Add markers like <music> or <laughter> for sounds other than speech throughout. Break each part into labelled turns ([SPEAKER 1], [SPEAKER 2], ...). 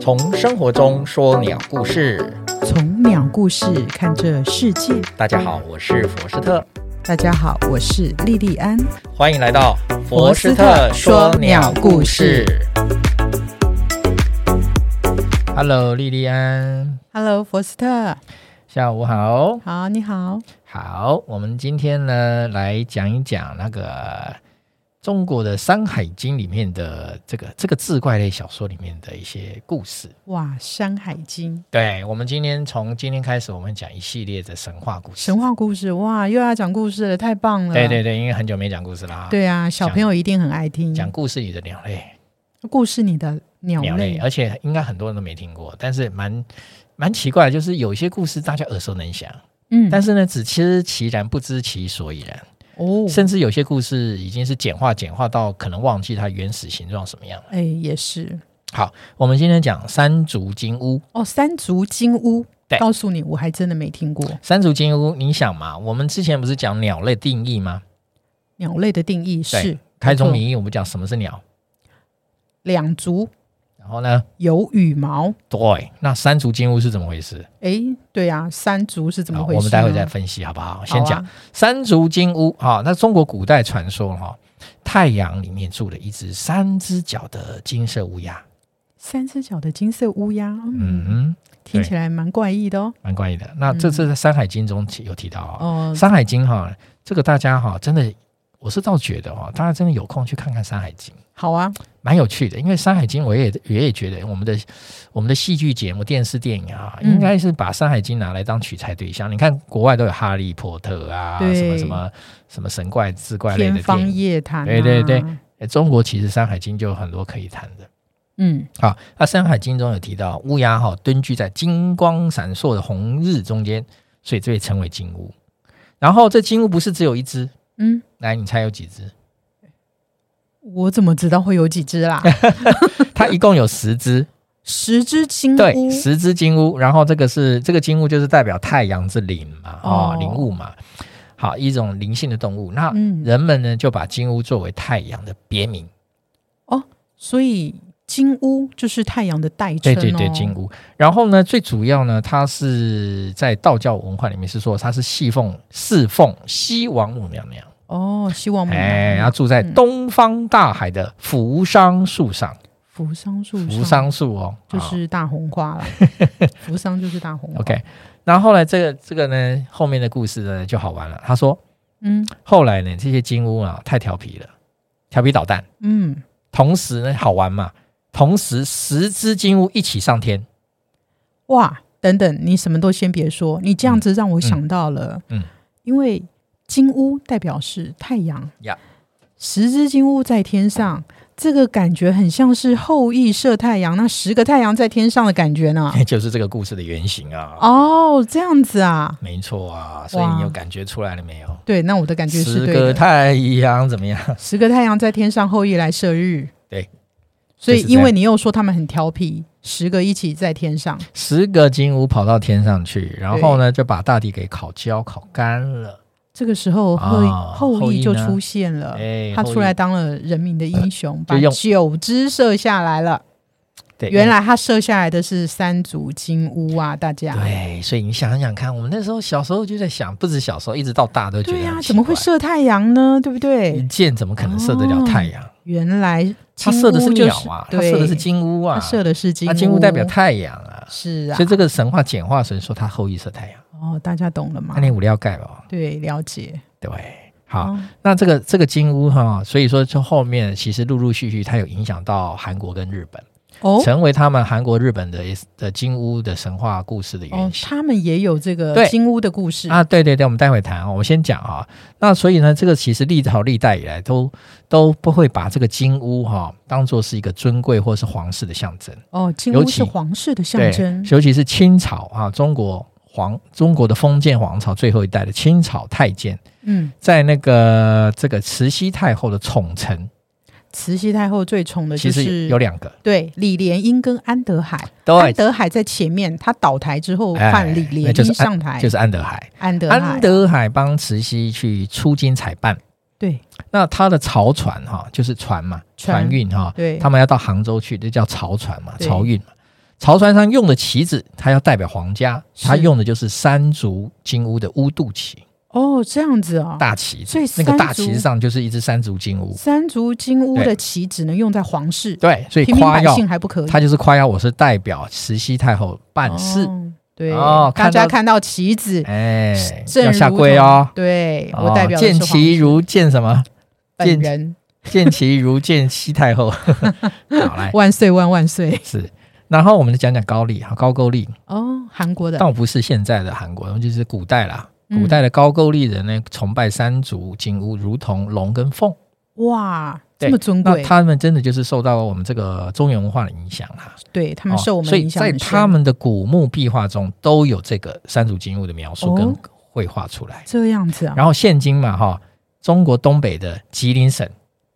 [SPEAKER 1] 从生活中说鸟故事。
[SPEAKER 2] 从鸟故事看这世界。
[SPEAKER 1] 大家好，我是佛斯特，
[SPEAKER 2] 大家好，我是莉莉安。
[SPEAKER 1] 欢迎来到
[SPEAKER 2] 佛斯特说鸟故事。
[SPEAKER 1] Hello，莉莉安，
[SPEAKER 2] Hello，佛斯特，
[SPEAKER 1] 下午好。
[SPEAKER 2] 好，你好。
[SPEAKER 1] 好，我们今天呢来讲一讲那个中国的《山海经》里面的这个这个志怪类小说里面的一些故事。
[SPEAKER 2] 哇，《山海经》
[SPEAKER 1] 对，我们今天从今天开始，我们讲一系列的神话故事。
[SPEAKER 2] 神话故事，哇，又要讲故事了，太棒了。
[SPEAKER 1] 对对对，因为很久没讲故事啦。
[SPEAKER 2] 对啊，小朋友一定很爱听
[SPEAKER 1] 讲故事里的鸟类，
[SPEAKER 2] 故事里的嗯鸟
[SPEAKER 1] 鸟类，呃
[SPEAKER 2] 类。
[SPEAKER 1] 而且应该很多人都没听过，但是蛮蛮奇怪的，就是有一些故事大家耳熟能详，
[SPEAKER 2] 嗯，
[SPEAKER 1] 但是呢，只知其然不知其所以然，
[SPEAKER 2] 哦，
[SPEAKER 1] 甚至有些故事已经是简化简化到可能忘记它原始形状什么样了。
[SPEAKER 2] 哎，也是。
[SPEAKER 1] 好，我们今天讲山竹金乌，
[SPEAKER 2] 哦，三足金乌
[SPEAKER 1] 对。
[SPEAKER 2] 告诉你，我还真的没听过
[SPEAKER 1] 山竹金乌，你想嘛，我们之前不是讲鸟类定义吗？
[SPEAKER 2] 鸟类的定义
[SPEAKER 1] 对
[SPEAKER 2] 是
[SPEAKER 1] 开宗
[SPEAKER 2] 没错
[SPEAKER 1] 明义，我们讲什么是鸟，
[SPEAKER 2] 两足
[SPEAKER 1] 然后呢，
[SPEAKER 2] 有羽毛。
[SPEAKER 1] 对，那山竹金乌是怎么回事？
[SPEAKER 2] 哎，对啊，三足是怎么
[SPEAKER 1] 好
[SPEAKER 2] 回事呢？
[SPEAKER 1] 我们待会再分析好不好？先讲
[SPEAKER 2] 好啊
[SPEAKER 1] 山竹金乌啊、那中国古代传说哈、太阳里面住了一只三只脚的金色乌鸦，
[SPEAKER 2] 三只脚的金色乌鸦。嗯，
[SPEAKER 1] 嗯，
[SPEAKER 2] 听起来蛮怪异的哦。
[SPEAKER 1] 蛮怪异的。那这次在《山海经》中有提到哦，
[SPEAKER 2] 哦，
[SPEAKER 1] 山海经》哈、这个大家哈、真的，我是倒觉得哦，大家真的有空去看看《山海经》。
[SPEAKER 2] 好啊，
[SPEAKER 1] 蛮有趣的，因为《山海经》，我也我也觉得我们的我们的戏剧节目、电视电影啊，
[SPEAKER 2] 嗯
[SPEAKER 1] 应该是把《山海经》拿来当取材对象。你看国外都有《哈利波特》啊，
[SPEAKER 2] 对
[SPEAKER 1] 什么什么什么神怪、志怪类
[SPEAKER 2] 天
[SPEAKER 1] 的
[SPEAKER 2] 方
[SPEAKER 1] 电影。
[SPEAKER 2] 夜谭、啊。
[SPEAKER 1] 对对对，诶哎中国其实《山海经》就有很多可以谈的。
[SPEAKER 2] 嗯，
[SPEAKER 1] 好，那《山海经》中有提到乌鸦哈、蹲踞在金光闪烁的红日中间，所以这被称为金乌。然后这金乌不是只有一只，
[SPEAKER 2] 嗯，
[SPEAKER 1] 来你猜有几只？
[SPEAKER 2] 我怎么知道会有几只
[SPEAKER 1] <laughs>
[SPEAKER 2] 啦？
[SPEAKER 1] 它一共有十只。
[SPEAKER 2] 十只金
[SPEAKER 1] 对，
[SPEAKER 2] 乌，
[SPEAKER 1] 十只金乌，然后这个是这个金乌就是代表太阳之灵嘛，哦
[SPEAKER 2] 哦，
[SPEAKER 1] 灵物嘛，好一种灵性的动物。那
[SPEAKER 2] 嗯，
[SPEAKER 1] 啊人们呢就把金乌作为太阳的别名，
[SPEAKER 2] 所以金乌就是太阳的代
[SPEAKER 1] 对
[SPEAKER 2] 称、哦。
[SPEAKER 1] 对对，金乌。然后呢，最主要呢，它是在道教文化里面是说它是信奉侍奉西王母娘娘，
[SPEAKER 2] 哦，西王母娘
[SPEAKER 1] 哎，然后
[SPEAKER 2] 娘，
[SPEAKER 1] 住在东方大海的扶桑树上，
[SPEAKER 2] 扶桑树上，
[SPEAKER 1] 扶桑树哦，
[SPEAKER 2] 嗯就
[SPEAKER 1] 好
[SPEAKER 2] 是大红花
[SPEAKER 1] <laughs>
[SPEAKER 2] 啦。扶桑就是大红
[SPEAKER 1] 哦
[SPEAKER 2] 花。
[SPEAKER 1] OK。然后后来这个这个呢，后面的故事呢就好玩了，他说。
[SPEAKER 2] 嗯
[SPEAKER 1] 后来呢，这些金乌啊太调皮了，调皮捣蛋。
[SPEAKER 2] 嗯，
[SPEAKER 1] 同时呢，好玩嘛，同时十只金乌一起上天。 <laughs>
[SPEAKER 2] 哇，等等，你什么都先别说，你这样子让我想到了，
[SPEAKER 1] 嗯嗯嗯
[SPEAKER 2] 因为金乌代表是太阳
[SPEAKER 1] 呀
[SPEAKER 2] 十只金乌在天上，这个感觉很像是后羿射太阳，那十个太阳在天上的感觉呢。
[SPEAKER 1] 就是这个故事的原型啊。
[SPEAKER 2] 哦，这样子啊，
[SPEAKER 1] 没错啊，所以
[SPEAKER 2] 哇
[SPEAKER 1] 你有感觉出来了没有？
[SPEAKER 2] 对，那我的感觉是
[SPEAKER 1] 十
[SPEAKER 2] 对
[SPEAKER 1] 个
[SPEAKER 2] 的，
[SPEAKER 1] 太阳怎么样？ <laughs>
[SPEAKER 2] 十个太阳在天上，后羿来射日，
[SPEAKER 1] 对。
[SPEAKER 2] 所以，
[SPEAKER 1] 就是这样
[SPEAKER 2] 因为你又说他们很调皮，十个一起在天上，
[SPEAKER 1] 十个金乌跑到天上去，然后呢就把大地给烤焦、烤干了。
[SPEAKER 2] 这个时候后、
[SPEAKER 1] 啊
[SPEAKER 2] 后
[SPEAKER 1] 后羿
[SPEAKER 2] 羿就
[SPEAKER 1] 呢
[SPEAKER 2] 出现了。
[SPEAKER 1] 哎，
[SPEAKER 2] 他
[SPEAKER 1] 后羿
[SPEAKER 2] 呃出来当了人民的英雄，把
[SPEAKER 1] 就用
[SPEAKER 2] 九只射下来了。
[SPEAKER 1] 对，
[SPEAKER 2] 原来他射下来的是三足金乌啊，大家。
[SPEAKER 1] 对，所以你想想看，我们那时候小时候就在想，不止小时候，一直到大都觉得
[SPEAKER 2] 对呀、
[SPEAKER 1] 很奇
[SPEAKER 2] 怎么会
[SPEAKER 1] 怪嗯
[SPEAKER 2] 射太阳呢？对不
[SPEAKER 1] 一
[SPEAKER 2] 对？
[SPEAKER 1] 箭？怎么可能射得了太阳？
[SPEAKER 2] 原来
[SPEAKER 1] 它射的是
[SPEAKER 2] 哦金乌就
[SPEAKER 1] 鸟啊，它射的是，金乌
[SPEAKER 2] 对
[SPEAKER 1] 啊，
[SPEAKER 2] 它射的是金
[SPEAKER 1] 那
[SPEAKER 2] 乌，
[SPEAKER 1] 金乌代表太阳啊，
[SPEAKER 2] 是啊
[SPEAKER 1] 所以。这个神话简化成说它后羿射太阳，
[SPEAKER 2] 哦，大家懂了吗
[SPEAKER 1] 那？你五料盖了，
[SPEAKER 2] 对，了解。
[SPEAKER 1] 对。好，
[SPEAKER 2] 哦，
[SPEAKER 1] 那这个这个金乌哈，所以说就后面其实陆陆续续它有影响到韩国跟日本，
[SPEAKER 2] 哦
[SPEAKER 1] 成为他们韩国、日本的的金乌的神话故事的
[SPEAKER 2] 哦
[SPEAKER 1] 原，型。
[SPEAKER 2] 他们也有这个
[SPEAKER 1] 对
[SPEAKER 2] 金乌的故事
[SPEAKER 1] 啊，对对对，我们待会谈啊、我先讲啊、那所以呢，这个其实历朝历代以来都都不会把这个金乌哈、当做是一个尊贵或是皇室的象征。
[SPEAKER 2] 哦，金
[SPEAKER 1] 尤
[SPEAKER 2] 乌
[SPEAKER 1] 其
[SPEAKER 2] 是皇室的象
[SPEAKER 1] 对，
[SPEAKER 2] 征。
[SPEAKER 1] 尤其是清朝啊，中国皇中国的封建皇朝最后一代的清朝太监，
[SPEAKER 2] 嗯，
[SPEAKER 1] 在那个这个慈禧太后的宠臣，
[SPEAKER 2] 慈禧太后最宠的
[SPEAKER 1] 其
[SPEAKER 2] 就
[SPEAKER 1] 实
[SPEAKER 2] 是
[SPEAKER 1] 有两个，
[SPEAKER 2] 对李莲英跟安德海。安
[SPEAKER 1] 对，
[SPEAKER 2] 德海在前面，他倒台之后
[SPEAKER 1] 哦哎
[SPEAKER 2] 换李
[SPEAKER 1] 那
[SPEAKER 2] 莲
[SPEAKER 1] 就是
[SPEAKER 2] 英
[SPEAKER 1] 安
[SPEAKER 2] 上台，
[SPEAKER 1] 就是安德海。
[SPEAKER 2] 安德海啊
[SPEAKER 1] 安德海帮慈禧去出京采办，
[SPEAKER 2] 对
[SPEAKER 1] 那他的漕船哈、就是船嘛，
[SPEAKER 2] 船
[SPEAKER 1] 船运哈、
[SPEAKER 2] 对
[SPEAKER 1] 他们要到杭州去，这叫漕船嘛，
[SPEAKER 2] 对
[SPEAKER 1] 漕运嘛。朝船上用的旗子，它要代表皇家，
[SPEAKER 2] 是
[SPEAKER 1] 它用的就是三足金乌的乌肚旗，
[SPEAKER 2] 哦，这样子哦。
[SPEAKER 1] 大旗
[SPEAKER 2] 所以
[SPEAKER 1] 那个
[SPEAKER 2] 三
[SPEAKER 1] 大
[SPEAKER 2] 足
[SPEAKER 1] 旗子上就是一只三足金乌。
[SPEAKER 2] 三足金乌
[SPEAKER 1] 对
[SPEAKER 2] 的旗只能用在皇室，
[SPEAKER 1] 对，所以
[SPEAKER 2] 平民
[SPEAKER 1] 夸
[SPEAKER 2] 百
[SPEAKER 1] 耀
[SPEAKER 2] 姓还不可以。
[SPEAKER 1] 他就是夸耀我是代表慈禧太后办事，
[SPEAKER 2] 哦对，
[SPEAKER 1] 哦
[SPEAKER 2] 大家
[SPEAKER 1] 看到
[SPEAKER 2] 看到旗子，
[SPEAKER 1] 哎、
[SPEAKER 2] 正
[SPEAKER 1] 要
[SPEAKER 2] 如
[SPEAKER 1] 下跪哦。
[SPEAKER 2] 同对我
[SPEAKER 1] 哦
[SPEAKER 2] 代表的
[SPEAKER 1] 见
[SPEAKER 2] 是皇
[SPEAKER 1] 其如见什么？见
[SPEAKER 2] 本人，
[SPEAKER 1] 见其如见西太后。 <laughs> 好来
[SPEAKER 2] 万岁万万岁！
[SPEAKER 1] 是，然后我们讲讲高丽哈，高句丽，
[SPEAKER 2] 哦，韩国的
[SPEAKER 1] 倒不是现在的韩国，就是古代啦。
[SPEAKER 2] 嗯
[SPEAKER 1] 古代的高句丽人呢，崇拜三足金乌，如同龙跟凤。
[SPEAKER 2] 哇，
[SPEAKER 1] 对
[SPEAKER 2] 这么尊
[SPEAKER 1] 那
[SPEAKER 2] 贵，
[SPEAKER 1] 他们真的就是受到我们这个中原文化的影响啦。
[SPEAKER 2] 对他们
[SPEAKER 1] 哦
[SPEAKER 2] 受我们
[SPEAKER 1] 所以
[SPEAKER 2] 影响
[SPEAKER 1] 在
[SPEAKER 2] 很深。
[SPEAKER 1] 他们的古墓壁画中都有这个三足金乌的描述跟
[SPEAKER 2] 哦
[SPEAKER 1] 绘画出来。
[SPEAKER 2] 这样子啊，
[SPEAKER 1] 然后现今嘛，哈，中国东北的吉林省，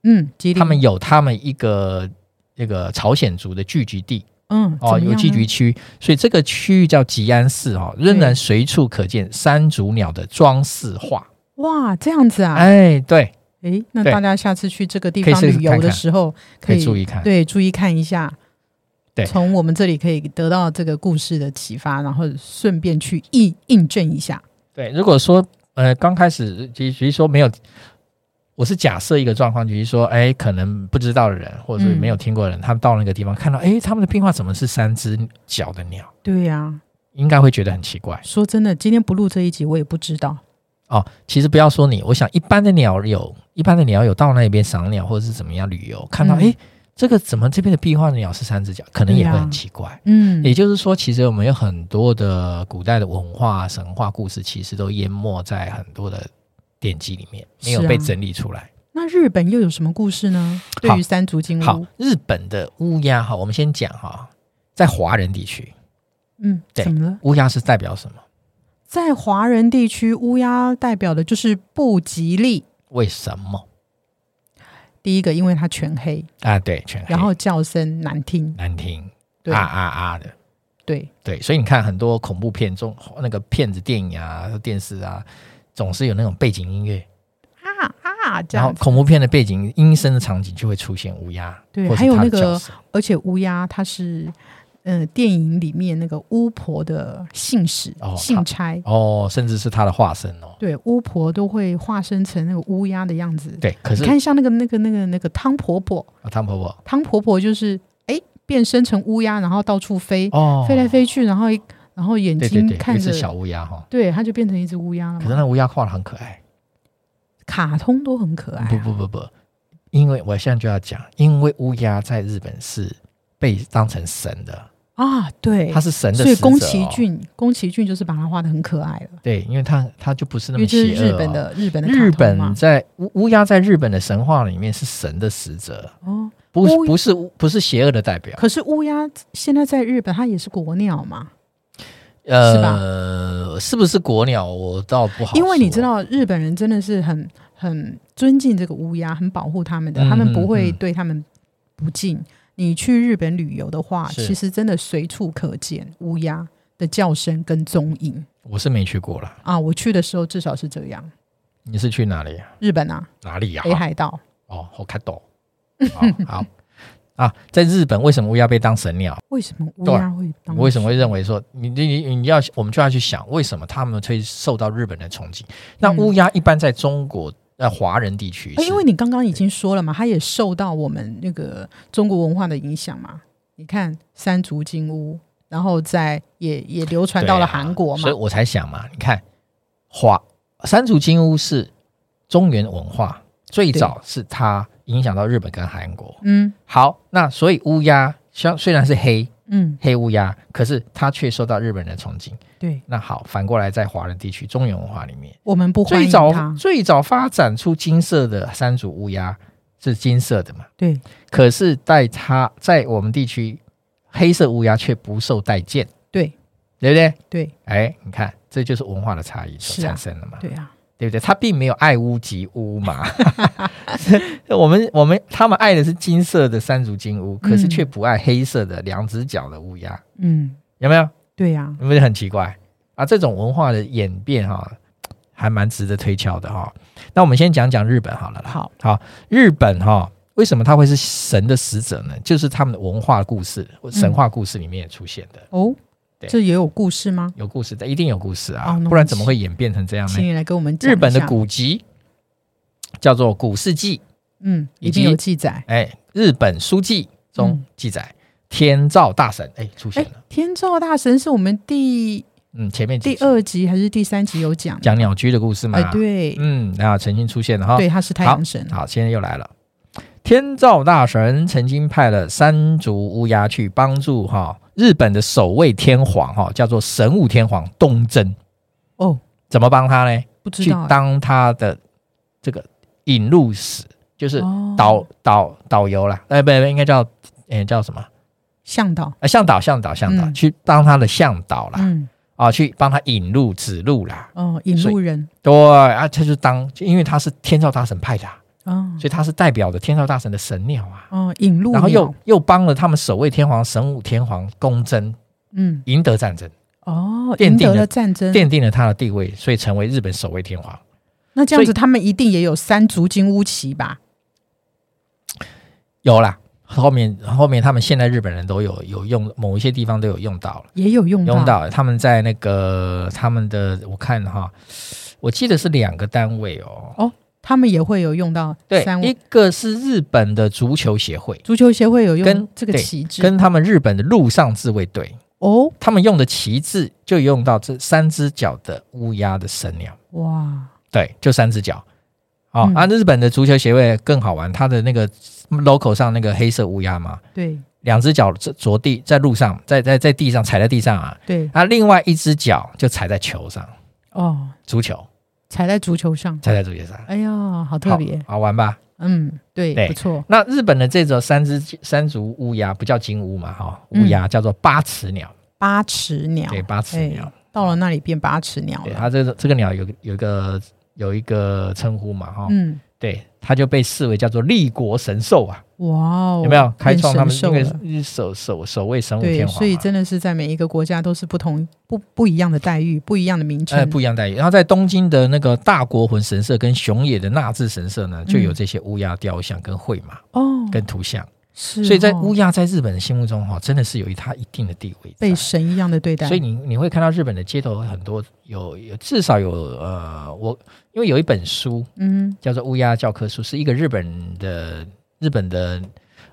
[SPEAKER 2] 嗯，吉林
[SPEAKER 1] 他们有他们一个那个朝鲜族的聚集地
[SPEAKER 2] 嗯
[SPEAKER 1] 哦，有聚集
[SPEAKER 2] 局
[SPEAKER 1] 区，所以这个区域叫吉安寺哦，仍然随处可见山竹鸟的装饰画。
[SPEAKER 2] 哇，这样子啊，
[SPEAKER 1] 哎，对，
[SPEAKER 2] 诶，那
[SPEAKER 1] 对
[SPEAKER 2] 大家下次去这个地
[SPEAKER 1] 可以
[SPEAKER 2] 方
[SPEAKER 1] 试试
[SPEAKER 2] 旅游
[SPEAKER 1] 看
[SPEAKER 2] 的
[SPEAKER 1] 看
[SPEAKER 2] 时候，
[SPEAKER 1] 可以注意看。
[SPEAKER 2] 对注意看一下。
[SPEAKER 1] 对
[SPEAKER 2] 从我们这里可以得到这个故事的启发，然后顺便去印印证一下。
[SPEAKER 1] 对，如果说呃刚开始，其实其实说没有，我是假设一个状况，就是说，哎，可能不知道的人，或者是
[SPEAKER 2] 嗯
[SPEAKER 1] 没有听过的人，他们到那个地方看到，哎，他们的壁画怎么是三只脚的鸟，
[SPEAKER 2] 对呀、
[SPEAKER 1] 应该会觉得很奇怪。
[SPEAKER 2] 说真的，今天不录这一集，我也不知道。
[SPEAKER 1] 哦，其实不要说你，我想一般的鸟有，一般的鸟有到那边赏鸟或者是怎么样旅游，看到
[SPEAKER 2] 嗯
[SPEAKER 1] 诶，这个怎么这边的壁画的鸟是三只脚，可能也会很奇怪。
[SPEAKER 2] 嗯
[SPEAKER 1] 也就是说，其实我们有很多的古代的文化、神话故事，其实都淹没在很多的典籍里面，没有
[SPEAKER 2] 是啊
[SPEAKER 1] 被整理出来。
[SPEAKER 2] 那日本又有什么故事呢？对于三足金
[SPEAKER 1] 好
[SPEAKER 2] 乌，，
[SPEAKER 1] 日本的乌鸦哈，我们先讲哈，在华人地区，
[SPEAKER 2] 嗯，
[SPEAKER 1] 对
[SPEAKER 2] 怎么了？
[SPEAKER 1] 乌鸦是代表什么？
[SPEAKER 2] 在华人地区，乌鸦代表的就是不吉利。
[SPEAKER 1] 为什么
[SPEAKER 2] 第一个，因为它全黑，
[SPEAKER 1] 啊？对，全黑
[SPEAKER 2] 然后叫声难听。
[SPEAKER 1] 难听，
[SPEAKER 2] 对、
[SPEAKER 1] 啊啊啊的。
[SPEAKER 2] 对，
[SPEAKER 1] 对，所以你看很多恐怖片中，那个骗子电影啊、电视啊，总是有那种背景音乐，
[SPEAKER 2] 啊啊这
[SPEAKER 1] 然后
[SPEAKER 2] 样子。
[SPEAKER 1] 恐怖片的背景阴森的场景就会出现乌鸦，
[SPEAKER 2] 对
[SPEAKER 1] 或是
[SPEAKER 2] 还有
[SPEAKER 1] 它的
[SPEAKER 2] 那个
[SPEAKER 1] 叫声
[SPEAKER 2] 而且乌鸦它是，呃，电影里面那个巫婆的信使、
[SPEAKER 1] 哦
[SPEAKER 2] 信差。
[SPEAKER 1] 哦，甚至是它的化身哦。
[SPEAKER 2] 对，巫婆都会化身成那个乌鸦的样子。
[SPEAKER 1] 对，可
[SPEAKER 2] 你
[SPEAKER 1] 是
[SPEAKER 2] 看，像那个、那个、那个、那个汤婆婆，
[SPEAKER 1] 啊汤婆婆
[SPEAKER 2] 汤婆婆就是哎变身成乌鸦，然后到处飞，
[SPEAKER 1] 哦，
[SPEAKER 2] 飞来飞去，然后一然后眼
[SPEAKER 1] 对对
[SPEAKER 2] 睛
[SPEAKER 1] 对，
[SPEAKER 2] 看
[SPEAKER 1] 有一
[SPEAKER 2] 着，嗯
[SPEAKER 1] 只小乌鸦哈、
[SPEAKER 2] 对，它就变成一只乌鸦了
[SPEAKER 1] 可是
[SPEAKER 2] 嘛。
[SPEAKER 1] 那乌鸦画的很可爱。
[SPEAKER 2] 卡通都很可爱、啊
[SPEAKER 1] 不，不不不，因为我现在就要讲，因为乌鸦在日本是被当成神的，
[SPEAKER 2] 啊，对
[SPEAKER 1] 它，是神的
[SPEAKER 2] 所以
[SPEAKER 1] 使者
[SPEAKER 2] 宫崎
[SPEAKER 1] 哦
[SPEAKER 2] 骏，宫崎骏就是把它画的很可爱了，
[SPEAKER 1] 对，因为它它就不是那
[SPEAKER 2] 因
[SPEAKER 1] 么
[SPEAKER 2] 为这
[SPEAKER 1] 邪
[SPEAKER 2] 是
[SPEAKER 1] 恶、哦
[SPEAKER 2] 日本。的日本的卡通
[SPEAKER 1] 日本
[SPEAKER 2] 嘛
[SPEAKER 1] 在乌乌鸦在日本的神话里面是神的使者，
[SPEAKER 2] 哦。
[SPEAKER 1] 不是
[SPEAKER 2] 乌
[SPEAKER 1] 不是不是邪恶的代表，
[SPEAKER 2] 可是乌鸦现在在日本，它也是国鸟嘛，
[SPEAKER 1] 呃，是不是国鸟？我倒不好说，
[SPEAKER 2] 因为你知道日本人真的是很很尊敬这个乌鸦，很保护他们的，
[SPEAKER 1] 嗯
[SPEAKER 2] 他们不会
[SPEAKER 1] 嗯嗯
[SPEAKER 2] 对他们不敬。你去日本旅游的话，
[SPEAKER 1] 是
[SPEAKER 2] 其实真的随处可见乌鸦的叫声跟踪影
[SPEAKER 1] 我是没去过啦。
[SPEAKER 2] 啊！我去的时候至少是这样。
[SPEAKER 1] 你是去哪里呀、
[SPEAKER 2] 日本啊，
[SPEAKER 1] 哪里呀、
[SPEAKER 2] 北海道，
[SPEAKER 1] 哦，我看懂。哦好啊，在日本为什么乌鸦被当神鸟？
[SPEAKER 2] 为什么乌
[SPEAKER 1] 对
[SPEAKER 2] 鸦会当？
[SPEAKER 1] 你为什么会认为说你你你你要我们就要去想为什么他们会受到日本的冲击？那
[SPEAKER 2] 嗯
[SPEAKER 1] 乌鸦一般在中国呃华人地区
[SPEAKER 2] 哎？
[SPEAKER 1] 是，
[SPEAKER 2] 因为你刚刚已经说了嘛，它也受到我们那个中国文化的影响嘛。你看三足金乌，然后在也也流传到了
[SPEAKER 1] 对啊
[SPEAKER 2] 韩国嘛
[SPEAKER 1] 所以。我才想嘛，你看华三足金乌是中原文化最早是它影响到日本跟韩国。
[SPEAKER 2] 嗯
[SPEAKER 1] 好，那所以乌鸦虽虽然是黑
[SPEAKER 2] 嗯，
[SPEAKER 1] 黑乌鸦，可是它却受到日本人的憧憬。
[SPEAKER 2] 对，
[SPEAKER 1] 那好，反过来在华人地区中原文化里面，
[SPEAKER 2] 我们不欢
[SPEAKER 1] 最
[SPEAKER 2] 迎
[SPEAKER 1] 早
[SPEAKER 2] 它。
[SPEAKER 1] 最早发展出金色的三足乌鸦是金色的嘛？
[SPEAKER 2] 对，
[SPEAKER 1] 可是在它在我们地区，黑色乌鸦却不受待见，
[SPEAKER 2] 对
[SPEAKER 1] 对不对？
[SPEAKER 2] 对
[SPEAKER 1] 哎，你看，这就是文化的差异所
[SPEAKER 2] 是啊
[SPEAKER 1] 产生的嘛，
[SPEAKER 2] 对啊，
[SPEAKER 1] 对不对？他并没有爱屋及乌嘛， <laughs> 我们我们他们爱的是金色的三足金乌，可是却不爱黑色的两只脚的乌鸦，
[SPEAKER 2] 嗯，
[SPEAKER 1] 有没有？
[SPEAKER 2] 对呀、
[SPEAKER 1] 有没有很奇怪啊？这种文化的演变哈、还蛮值得推敲的哈、那我们先讲讲日本好了啦。
[SPEAKER 2] 好，
[SPEAKER 1] 好，日本哈、为什么他会是神的使者呢？就是他们的文化故事、
[SPEAKER 2] 嗯
[SPEAKER 1] 神话故事里面也出现的，
[SPEAKER 2] 哦，
[SPEAKER 1] 对
[SPEAKER 2] 这也有故事吗？
[SPEAKER 1] 有故事的，一定有故事
[SPEAKER 2] 哦那
[SPEAKER 1] 啊
[SPEAKER 2] 我，们
[SPEAKER 1] 不然怎么会演变成这样
[SPEAKER 2] 请
[SPEAKER 1] 呢？
[SPEAKER 2] 你来给我们讲一
[SPEAKER 1] 日本的
[SPEAKER 2] 下，
[SPEAKER 1] 古籍叫做《古世纪》，
[SPEAKER 2] 嗯，
[SPEAKER 1] 以
[SPEAKER 2] 一定
[SPEAKER 1] 及
[SPEAKER 2] 有记载。
[SPEAKER 1] 哎，日本书记中
[SPEAKER 2] 嗯
[SPEAKER 1] 记载、天照大神，哎，出现
[SPEAKER 2] 哎
[SPEAKER 1] 了。，
[SPEAKER 2] 天照大神是我们第
[SPEAKER 1] 嗯，前面几
[SPEAKER 2] 第
[SPEAKER 1] 集
[SPEAKER 2] 二集还是第三集有讲？
[SPEAKER 1] 讲鸟居的故事嘛，
[SPEAKER 2] 哎，对
[SPEAKER 1] 嗯，然后曾经出现了哈，
[SPEAKER 2] 对，他是太阳神。
[SPEAKER 1] 好，现在又来了。天照大神曾经派了三足乌鸦去帮助哈、日本的首位天皇哈、叫做神武天皇东征，
[SPEAKER 2] 哦，
[SPEAKER 1] 怎么帮他呢？
[SPEAKER 2] 不知
[SPEAKER 1] 去
[SPEAKER 2] 道哎
[SPEAKER 1] 当他的这个引路使，就是
[SPEAKER 2] 哦
[SPEAKER 1] 导、导导游啦，哎不不应该叫哎叫什么？
[SPEAKER 2] 向导，
[SPEAKER 1] 哎向导向导向导，
[SPEAKER 2] 嗯
[SPEAKER 1] 去当他的向导啦，
[SPEAKER 2] 嗯，
[SPEAKER 1] 啊去帮他引路指路啦。
[SPEAKER 2] 哦，引
[SPEAKER 1] 所以
[SPEAKER 2] 路人
[SPEAKER 1] 对啊，他就当就因为他是天照大神派的啊、
[SPEAKER 2] 哦
[SPEAKER 1] 所以他是代表的天照大神的神鸟啊。
[SPEAKER 2] 哦，引路鸟，
[SPEAKER 1] 然后又又帮了他们守卫天皇神武天皇公争，
[SPEAKER 2] 嗯，
[SPEAKER 1] 赢得战争，
[SPEAKER 2] 哦，
[SPEAKER 1] 奠
[SPEAKER 2] 赢
[SPEAKER 1] 定
[SPEAKER 2] 得
[SPEAKER 1] 了
[SPEAKER 2] 了战争。
[SPEAKER 1] 奠定了他的地位，所以成为日本守卫天皇。
[SPEAKER 2] 那这
[SPEAKER 1] 所以
[SPEAKER 2] 样子，他们一定也有三足金乌旗吧？
[SPEAKER 1] 有啦，后面后面他们现在日本人都有有用，某一些地方都有用到了，
[SPEAKER 2] 也有用到，
[SPEAKER 1] 用到了他们在那个他们的我看哈，我记得是两个单位哦，
[SPEAKER 2] 他们也会有用到
[SPEAKER 1] 对
[SPEAKER 2] 三，
[SPEAKER 1] 一个是日本的足球协会，
[SPEAKER 2] 足球协会有
[SPEAKER 1] 跟
[SPEAKER 2] 用这个
[SPEAKER 1] 对
[SPEAKER 2] 旗帜
[SPEAKER 1] 跟他们日本的陆上自卫队，
[SPEAKER 2] 哦，
[SPEAKER 1] 他们用的旗帜就用到这三只脚的乌鸦的神鸟。
[SPEAKER 2] 哇，
[SPEAKER 1] 对，就三只脚。哦、
[SPEAKER 2] 嗯
[SPEAKER 1] 啊，日本的足球协会更好玩，它的那个 logo 上那个黑色乌鸦嘛，
[SPEAKER 2] 对
[SPEAKER 1] 两只脚着着地在路上，在在在地上踩在地上啊，
[SPEAKER 2] 对
[SPEAKER 1] 啊，另外一只脚就踩在球上，
[SPEAKER 2] 哦，
[SPEAKER 1] 足球
[SPEAKER 2] 踩在足球上，
[SPEAKER 1] 踩在足球上，
[SPEAKER 2] 哎呀，好特
[SPEAKER 1] 好
[SPEAKER 2] 别，
[SPEAKER 1] 好玩吧？
[SPEAKER 2] 嗯，对，
[SPEAKER 1] 对
[SPEAKER 2] 不错，
[SPEAKER 1] 那日本的这种三只三足乌鸦不叫金乌嘛，哈、乌鸦叫做八尺鸟，
[SPEAKER 2] 八尺嗯鸟，
[SPEAKER 1] 对，八尺
[SPEAKER 2] 哎
[SPEAKER 1] 鸟，
[SPEAKER 2] 到了那里变八尺鸟
[SPEAKER 1] 对，
[SPEAKER 2] 了，
[SPEAKER 1] 它这个这个鸟有个有一个有一个称呼嘛，哈、
[SPEAKER 2] 嗯，
[SPEAKER 1] 对，它就被视为叫做立国神兽啊。
[SPEAKER 2] 哇哦，
[SPEAKER 1] 有没有开创他们
[SPEAKER 2] 变
[SPEAKER 1] 那个
[SPEAKER 2] 神兽了
[SPEAKER 1] 日守守守卫神武
[SPEAKER 2] 对
[SPEAKER 1] 天，皇嘛？
[SPEAKER 2] 所以真的是在每一个国家都是不同不不一样的待遇，不一样的名
[SPEAKER 1] 呃
[SPEAKER 2] 称，
[SPEAKER 1] 不一样待遇。然后在东京的那个大国魂神社跟熊野的纳智神社呢，就有这些乌鸦雕像跟绘马
[SPEAKER 2] 嗯哦，
[SPEAKER 1] 跟图像，
[SPEAKER 2] 是哦，
[SPEAKER 1] 所以在乌鸦在日本人心目中哈、真的是有一它一定的地位在。
[SPEAKER 2] 被神一样的对待，
[SPEAKER 1] 所以你你会看到日本的街头很多有有至少有呃我因为有一本书
[SPEAKER 2] 嗯
[SPEAKER 1] 叫做《乌鸦教科书》，是一个日本的日本的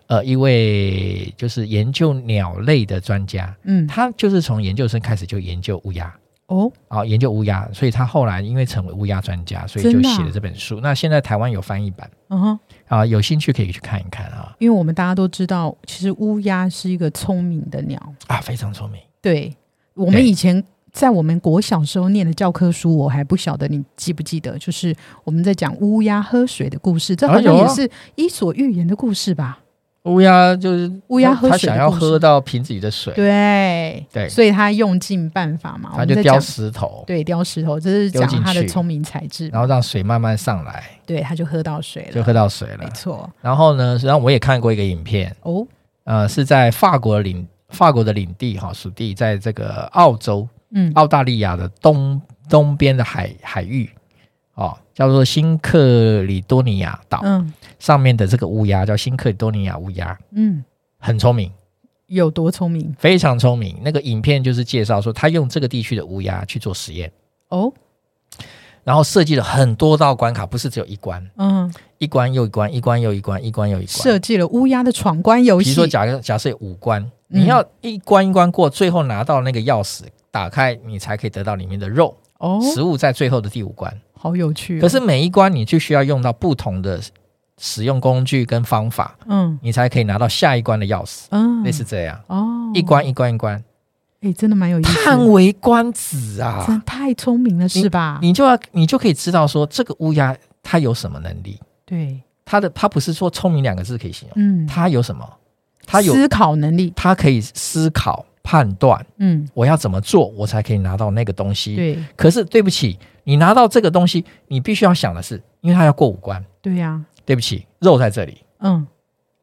[SPEAKER 1] 呃一位就是研究鸟类的专家，
[SPEAKER 2] 嗯，
[SPEAKER 1] 他就是从研究生开始就研究乌鸦
[SPEAKER 2] 哦，
[SPEAKER 1] 啊、研究乌鸦，所以他后来因为成为乌鸦专家，所以就
[SPEAKER 2] 真的啊
[SPEAKER 1] 写了这本书。那现在台湾有翻译版
[SPEAKER 2] 嗯哼。
[SPEAKER 1] 啊、有兴趣可以去看一看啊
[SPEAKER 2] 因为我们大家都知道，其实乌鸦是一个聪明的鸟。
[SPEAKER 1] 啊，非常聪明。
[SPEAKER 2] 对我们
[SPEAKER 1] 对
[SPEAKER 2] 以前在我们国小时候念的教科书，我还不晓得你记不记得，就是我们在讲乌鸦喝水的故事，这
[SPEAKER 1] 啊
[SPEAKER 2] 好像
[SPEAKER 1] 有啊
[SPEAKER 2] 也是《伊索寓言》的故事吧？
[SPEAKER 1] 乌鸦就是
[SPEAKER 2] 乌鸦喝
[SPEAKER 1] 它哦
[SPEAKER 2] 水
[SPEAKER 1] 想
[SPEAKER 2] 的
[SPEAKER 1] 要
[SPEAKER 2] 故事
[SPEAKER 1] 喝到瓶子里的水，
[SPEAKER 2] 对
[SPEAKER 1] 对
[SPEAKER 2] 所以它用尽办法嘛，
[SPEAKER 1] 它
[SPEAKER 2] 我们
[SPEAKER 1] 就
[SPEAKER 2] 在
[SPEAKER 1] 叼
[SPEAKER 2] 讲
[SPEAKER 1] 石头，
[SPEAKER 2] 对叼石头，这是
[SPEAKER 1] 丢
[SPEAKER 2] 讲
[SPEAKER 1] 进
[SPEAKER 2] 它的
[SPEAKER 1] 去
[SPEAKER 2] 聪明才智嘛。
[SPEAKER 1] 然后让水慢慢上来，
[SPEAKER 2] 对，它就喝到水
[SPEAKER 1] 就
[SPEAKER 2] 了，
[SPEAKER 1] 喝到水了
[SPEAKER 2] 没。错。
[SPEAKER 1] 然后呢，实际上我也看过一个影片，
[SPEAKER 2] 哦，
[SPEAKER 1] 呃，是在法国领法国的领地哈属地，在这个澳洲
[SPEAKER 2] 嗯，
[SPEAKER 1] 澳大利亚的东东边的海海域，哦，叫做新克里多尼亚岛、
[SPEAKER 2] 嗯
[SPEAKER 1] 上面的这个乌鸦叫新克里多尼亚乌鸦，
[SPEAKER 2] 嗯，
[SPEAKER 1] 很聪明，
[SPEAKER 2] 有多聪明？
[SPEAKER 1] 非常聪明。那个影片就是介绍说，他用这个地区的乌鸦去做实验，
[SPEAKER 2] 哦，
[SPEAKER 1] 然后设计了很多道关卡，不是只有一关，
[SPEAKER 2] 嗯，
[SPEAKER 1] 一关又一关，一关又一关，一关又一关。
[SPEAKER 2] 设计了乌鸦的闯关游
[SPEAKER 1] 比
[SPEAKER 2] 戏
[SPEAKER 1] 如说。假设假设有五关，
[SPEAKER 2] 嗯
[SPEAKER 1] 你要一关一关过，最后拿到那个钥匙，打开你才可以得到里面的肉，
[SPEAKER 2] 哦，
[SPEAKER 1] 食物在最后的第五关。
[SPEAKER 2] 好有趣、哦。
[SPEAKER 1] 可是，每一关你就需要用到不同的使用工具跟方法，
[SPEAKER 2] 嗯
[SPEAKER 1] 你才可以拿到下一关的钥匙，
[SPEAKER 2] 嗯，
[SPEAKER 1] 类似这样，
[SPEAKER 2] 哦，
[SPEAKER 1] 一关一关一关，
[SPEAKER 2] 哎、真的蛮有意思的，
[SPEAKER 1] 叹为观止
[SPEAKER 2] 真
[SPEAKER 1] 啊！
[SPEAKER 2] 太聪明了，是吧？
[SPEAKER 1] 你就要你就可以知道说这个乌鸦它有什么能力，
[SPEAKER 2] 对，
[SPEAKER 1] 它的它不是说聪明两个字可以形容，
[SPEAKER 2] 嗯，
[SPEAKER 1] 它有什么？它有
[SPEAKER 2] 思考能力，
[SPEAKER 1] 它可以思考判断，
[SPEAKER 2] 嗯，
[SPEAKER 1] 我要怎么做，我才可以拿到那个东西。
[SPEAKER 2] 对
[SPEAKER 1] 可是对不起，你拿到这个东西，你必须要想的是，因为它要过五关。
[SPEAKER 2] 对呀、
[SPEAKER 1] 对不起，肉在这里。
[SPEAKER 2] 嗯，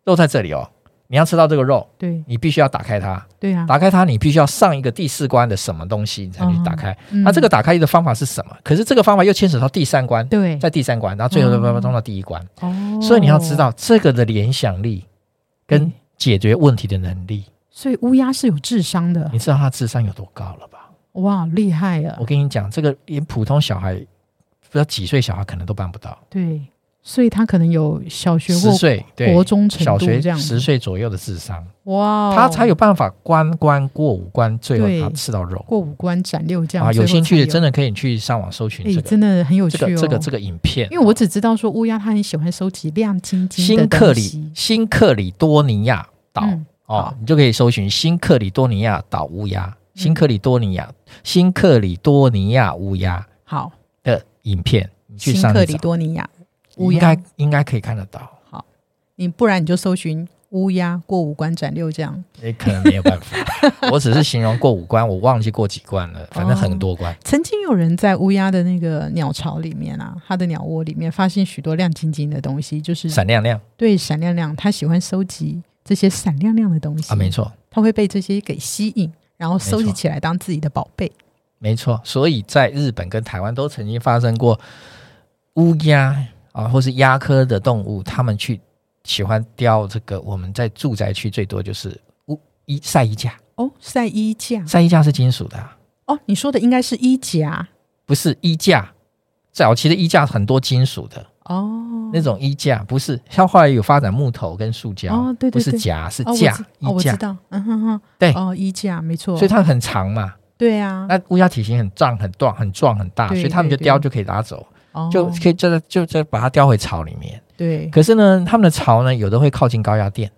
[SPEAKER 1] 肉在这里哦，你要吃到这个肉，
[SPEAKER 2] 对
[SPEAKER 1] 你必须要打开它，
[SPEAKER 2] 对啊，
[SPEAKER 1] 打开它，你必须要上一个第四关的什么东西，你才能去打开。
[SPEAKER 2] 嗯
[SPEAKER 1] 那、啊这个打开的方法是什么？可是这个方法又牵扯到第三关，
[SPEAKER 2] 对
[SPEAKER 1] 在第三关，然后最后
[SPEAKER 2] 哦
[SPEAKER 1] 慢慢通到第一关。
[SPEAKER 2] 哦，
[SPEAKER 1] 所以你要知，道这个的联想力跟
[SPEAKER 2] 嗯
[SPEAKER 1] 解决问题的能力，
[SPEAKER 2] 所以乌鸦是有智商的，
[SPEAKER 1] 你知道他智商有多高了吧？
[SPEAKER 2] 哇，厉害了
[SPEAKER 1] 我，跟你讲，这个连普通小孩，不知道几岁小孩可能都办不到，
[SPEAKER 2] 对，所以他可能有小学
[SPEAKER 1] 十
[SPEAKER 2] 或
[SPEAKER 1] 岁对
[SPEAKER 2] 国。中程
[SPEAKER 1] 小
[SPEAKER 2] 度
[SPEAKER 1] 学
[SPEAKER 2] 这样子，
[SPEAKER 1] 十岁左右的智商，
[SPEAKER 2] 哇哦，
[SPEAKER 1] 他才有办法关关过五关，最后
[SPEAKER 2] 对
[SPEAKER 1] 他吃到肉
[SPEAKER 2] 过五关斩六将
[SPEAKER 1] 啊！有兴趣的真
[SPEAKER 2] 的，
[SPEAKER 1] 的可以去上网搜寻
[SPEAKER 2] 哎、
[SPEAKER 1] 这个
[SPEAKER 2] 真的很有趣
[SPEAKER 1] 这
[SPEAKER 2] 哦，
[SPEAKER 1] 个这个这个影片，啊
[SPEAKER 2] 因为我只知道说乌鸦它很喜欢收集亮晶晶的
[SPEAKER 1] 新克
[SPEAKER 2] 东
[SPEAKER 1] 里
[SPEAKER 2] 西，
[SPEAKER 1] 新克里多尼亚岛
[SPEAKER 2] 嗯
[SPEAKER 1] 哦
[SPEAKER 2] 好，嗯
[SPEAKER 1] 你就可以搜寻新克里多尼亚岛乌鸦、新克里多尼亚、新克里多尼亚乌鸦
[SPEAKER 2] 好，
[SPEAKER 1] 的影片，你去
[SPEAKER 2] 新
[SPEAKER 1] 上
[SPEAKER 2] 克
[SPEAKER 1] 去
[SPEAKER 2] 里
[SPEAKER 1] 找，
[SPEAKER 2] 多尼亚乌
[SPEAKER 1] 应该
[SPEAKER 2] 鸦，
[SPEAKER 1] 应该可以看得到，
[SPEAKER 2] 你不然你就搜寻乌鸦过五关斩六将，
[SPEAKER 1] 也可能没有办法。我只是形容过五关，我忘记过几关了，反正很多关。
[SPEAKER 2] 曾经有人在乌鸦的那个鸟巢里面啊，它的鸟窝里面发现许多亮晶晶的东西，就是
[SPEAKER 1] 闪亮亮
[SPEAKER 2] 对闪亮亮，它喜欢收集这些闪亮亮的东西
[SPEAKER 1] 啊，没，错，
[SPEAKER 2] 它会被这些给吸引，然后收
[SPEAKER 1] 没
[SPEAKER 2] 集
[SPEAKER 1] 错
[SPEAKER 2] 起来当自己的宝贝。
[SPEAKER 1] 没错。所以在日本跟台湾都曾经发生过乌鸦啊，或是鸦科的动物，它们去喜欢叼这个。我们在住宅区最多就是乌衣晒衣架，
[SPEAKER 2] 哦，晒衣架
[SPEAKER 1] 晒衣架是金属的啊、
[SPEAKER 2] 哦，你说的应该是衣夹
[SPEAKER 1] 不是衣架。早期的衣架很多金属的
[SPEAKER 2] 哦，
[SPEAKER 1] 那种衣架，不是像后来有发展木头跟塑胶，
[SPEAKER 2] 哦对对
[SPEAKER 1] 不是
[SPEAKER 2] 对
[SPEAKER 1] 夹是
[SPEAKER 2] 哦，我
[SPEAKER 1] 架
[SPEAKER 2] 知哦，
[SPEAKER 1] 衣
[SPEAKER 2] 我
[SPEAKER 1] 架
[SPEAKER 2] 知，道，嗯哼哼，
[SPEAKER 1] 对
[SPEAKER 2] 哦，衣架没错，
[SPEAKER 1] 所以它很长嘛。
[SPEAKER 2] 对啊，
[SPEAKER 1] 那乌鸦体型很壮、很壮、很壮、很大，
[SPEAKER 2] 对
[SPEAKER 1] 所以他们就
[SPEAKER 2] 对对
[SPEAKER 1] 叼就可以拿走，
[SPEAKER 2] 哦
[SPEAKER 1] 就可以就在就再把它叼回巢里面。
[SPEAKER 2] 对，
[SPEAKER 1] 可是呢，他们的巢呢，有的会靠近高压电，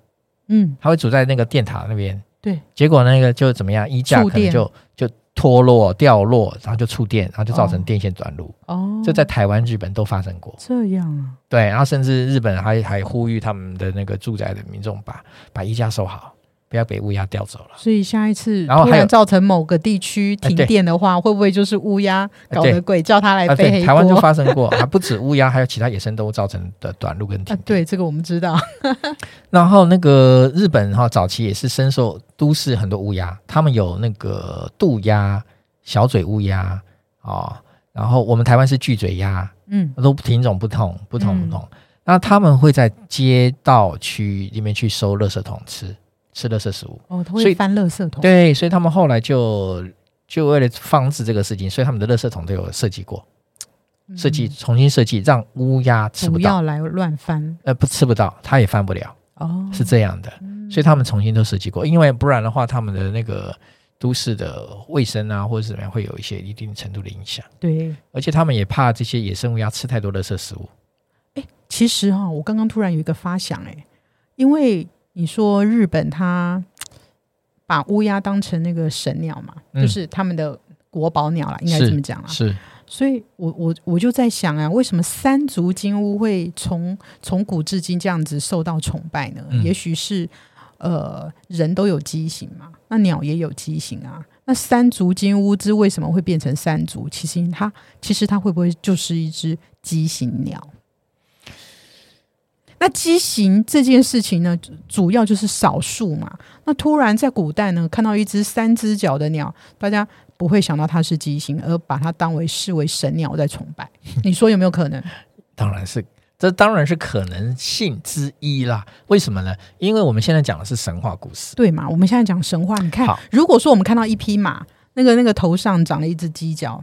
[SPEAKER 2] 嗯，
[SPEAKER 1] 它会住在那个电塔那边。
[SPEAKER 2] 对，
[SPEAKER 1] 结果那个就怎么样，衣架
[SPEAKER 2] 触
[SPEAKER 1] 可能
[SPEAKER 2] 电
[SPEAKER 1] 就就脱落、掉落，然后就触电，然后就造成
[SPEAKER 2] 哦
[SPEAKER 1] 电线短路。
[SPEAKER 2] 哦，
[SPEAKER 1] 这在台湾、日本都发生过。
[SPEAKER 2] 这样啊，
[SPEAKER 1] 对，然后甚至日本还还呼吁他们的那个住宅的民众把把衣架收好，不要被乌鸦叼走了。
[SPEAKER 2] 所以下一次
[SPEAKER 1] 然后
[SPEAKER 2] 突
[SPEAKER 1] 还有
[SPEAKER 2] 然造成某个地区
[SPEAKER 1] 哎
[SPEAKER 2] 停
[SPEAKER 1] 对哎
[SPEAKER 2] 电的话，会不会就是乌鸦搞
[SPEAKER 1] 对
[SPEAKER 2] 的鬼，叫它来
[SPEAKER 1] 啊，
[SPEAKER 2] 背
[SPEAKER 1] 对，
[SPEAKER 2] 黑
[SPEAKER 1] 台湾就
[SPEAKER 2] 锅？
[SPEAKER 1] 发生过，还不止乌鸦，还有其他野生动物造成的短路跟停
[SPEAKER 2] 啊
[SPEAKER 1] 电。，
[SPEAKER 2] 对，这个我们知道，
[SPEAKER 1] 然后那个日本哈、早期也是深受都市很多乌鸦，他们有那个渡鸦、小嘴乌鸦哦，然后我们台湾是巨嘴鸦，
[SPEAKER 2] 嗯，
[SPEAKER 1] 都品种不同，不同
[SPEAKER 2] 嗯
[SPEAKER 1] 不同。那他们会在街道区里面去收垃圾桶吃，吃垃圾食物。
[SPEAKER 2] 哦，它
[SPEAKER 1] 所
[SPEAKER 2] 会
[SPEAKER 1] 以
[SPEAKER 2] 翻垃圾桶，
[SPEAKER 1] 对，所以他们后来就就为了防止这个事情，所以他们的垃圾桶都有设计过，
[SPEAKER 2] 嗯
[SPEAKER 1] 设计重新设计，让乌鸦吃不
[SPEAKER 2] 不
[SPEAKER 1] 到，
[SPEAKER 2] 要来乱翻
[SPEAKER 1] 呃，不吃不到，它也翻不了，
[SPEAKER 2] 哦，
[SPEAKER 1] 是这样的。
[SPEAKER 2] 嗯，
[SPEAKER 1] 所以他们重新都设计过，因为不然的话，他们的那个都市的卫生啊，或者怎么样，会有一些一定程度的影响。
[SPEAKER 2] 对，
[SPEAKER 1] 而且他们也怕这些野生乌鸦吃太多垃圾食物。
[SPEAKER 2] 其实哈、我刚刚突然有一个发想哎、因为你说日本它把乌鸦当成那个神鸟嘛，
[SPEAKER 1] 嗯
[SPEAKER 2] 就是他们的国宝鸟啦，应该
[SPEAKER 1] 是
[SPEAKER 2] 这么讲啦。
[SPEAKER 1] 是，
[SPEAKER 2] 所以我我我就在想啊，为什么三足金乌会从从古至今这样子受到崇拜呢？
[SPEAKER 1] 嗯
[SPEAKER 2] 也许是呃，人都有畸形嘛，那鸟也有畸形啊。那三足金乌之为什么会变成三足？其实它其实它会不会就是一只畸形鸟？那畸形这件事情呢，主主要就是少数嘛。那突然在古代呢，看到一只三只脚的鸟，大家不会想到它是畸形，而把它当为视为神鸟在崇拜。 <laughs> 你说有没有可能？
[SPEAKER 1] 当然是，这当然是可能性之一啦。为什么呢？因为我们现在讲的是神话故事。
[SPEAKER 2] 对嘛？我们现在讲神话，你看
[SPEAKER 1] 好，
[SPEAKER 2] 如果说我们看到一匹马，那个那个头上长了一只犄角，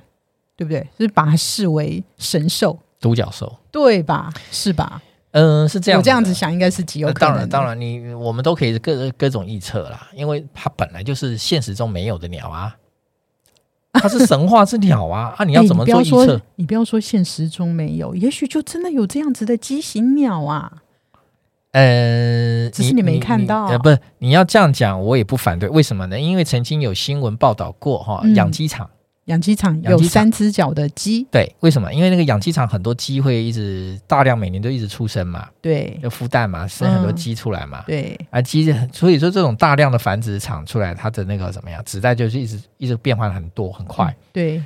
[SPEAKER 2] 对不对？就是把它视为神兽，
[SPEAKER 1] 独角兽，
[SPEAKER 2] 对吧？是吧？
[SPEAKER 1] 嗯、是这样
[SPEAKER 2] 我
[SPEAKER 1] 的。
[SPEAKER 2] 这样子想，应该是极有
[SPEAKER 1] 那
[SPEAKER 2] 可
[SPEAKER 1] 当
[SPEAKER 2] 能的
[SPEAKER 1] 然，当然你，我们都可以各各种臆测啦，因为它本来就是现实中没有的鸟啊，它是神话之鸟啊，啊，你
[SPEAKER 2] 哎。
[SPEAKER 1] 要怎么
[SPEAKER 2] 不
[SPEAKER 1] 做
[SPEAKER 2] 要
[SPEAKER 1] 臆测？
[SPEAKER 2] 说你不要说现实中没有，也许就真的有这样子的畸形鸟啊！
[SPEAKER 1] 呃，
[SPEAKER 2] 只是你没看到
[SPEAKER 1] 呃，不是你要这样讲，我也不反对。为什么呢？因为曾经有新闻报道过哈，
[SPEAKER 2] 嗯
[SPEAKER 1] 养鸡场、
[SPEAKER 2] 养鸡场
[SPEAKER 1] 养
[SPEAKER 2] 有
[SPEAKER 1] 鸡场
[SPEAKER 2] 三只脚的鸡，
[SPEAKER 1] 对，为什么？因为那个养鸡场很多鸡会一直大量每年都一直出生嘛，
[SPEAKER 2] 对
[SPEAKER 1] 要孵蛋嘛，生很多
[SPEAKER 2] 嗯
[SPEAKER 1] 鸡出来嘛。
[SPEAKER 2] 对，
[SPEAKER 1] 啊，鸡所以说这种大量的繁殖场出来，它的那个怎么样，子代就是一直一直变换很多很
[SPEAKER 2] 嗯
[SPEAKER 1] 快，
[SPEAKER 2] 对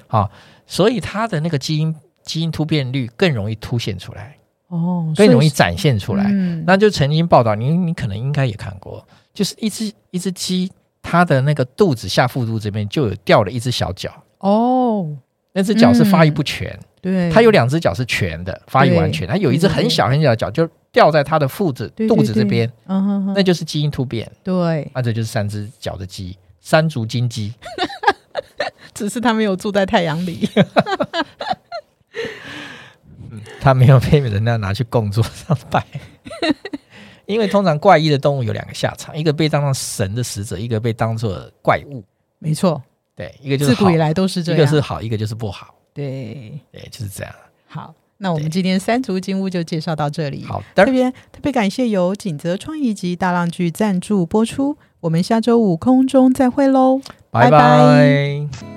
[SPEAKER 1] 所以它的那个基因基因突变率更容易凸显出来，
[SPEAKER 2] 哦，
[SPEAKER 1] 更容易
[SPEAKER 2] 所以
[SPEAKER 1] 展现出来。
[SPEAKER 2] 嗯
[SPEAKER 1] 那就曾经报道，你你可能应该也看过，就是一只一只鸡，它的那个肚子下腹部这边就有掉了一只小脚，
[SPEAKER 2] 哦，
[SPEAKER 1] 那只脚是发育
[SPEAKER 2] 嗯
[SPEAKER 1] 不全，
[SPEAKER 2] 对，
[SPEAKER 1] 它有两只脚是全的，发育完全，它有一只很小很小的脚就掉在它的腹子
[SPEAKER 2] 对对
[SPEAKER 1] 肚子这边，
[SPEAKER 2] 嗯哼哼，
[SPEAKER 1] 那就是基因突变，啊
[SPEAKER 2] 对，
[SPEAKER 1] 那这就是三只脚的鸡，三足金鸡。 <laughs>
[SPEAKER 2] 只是他没有住在太阳里。
[SPEAKER 1] 它没有被人家拿去供桌上拜。 <laughs> 因为通常怪异的动物有两个下场，一个被当成神的使者，一个被当做怪物。
[SPEAKER 2] <laughs> 没错，
[SPEAKER 1] 对，一 <laughs> 个就是
[SPEAKER 2] 自
[SPEAKER 1] 好
[SPEAKER 2] 古以，来都是这
[SPEAKER 1] 一个
[SPEAKER 2] 样。
[SPEAKER 1] 是好，一个就是不好。
[SPEAKER 2] 对，
[SPEAKER 1] 对，就是这样。
[SPEAKER 2] 好，那我们
[SPEAKER 1] 对
[SPEAKER 2] 今天三足金屋就介绍到这里。
[SPEAKER 1] 好的
[SPEAKER 2] 特，别特别感谢由锦泽创意及大浪剧赞助播出，我们下周五空中再会喽。拜
[SPEAKER 1] 拜
[SPEAKER 2] 拜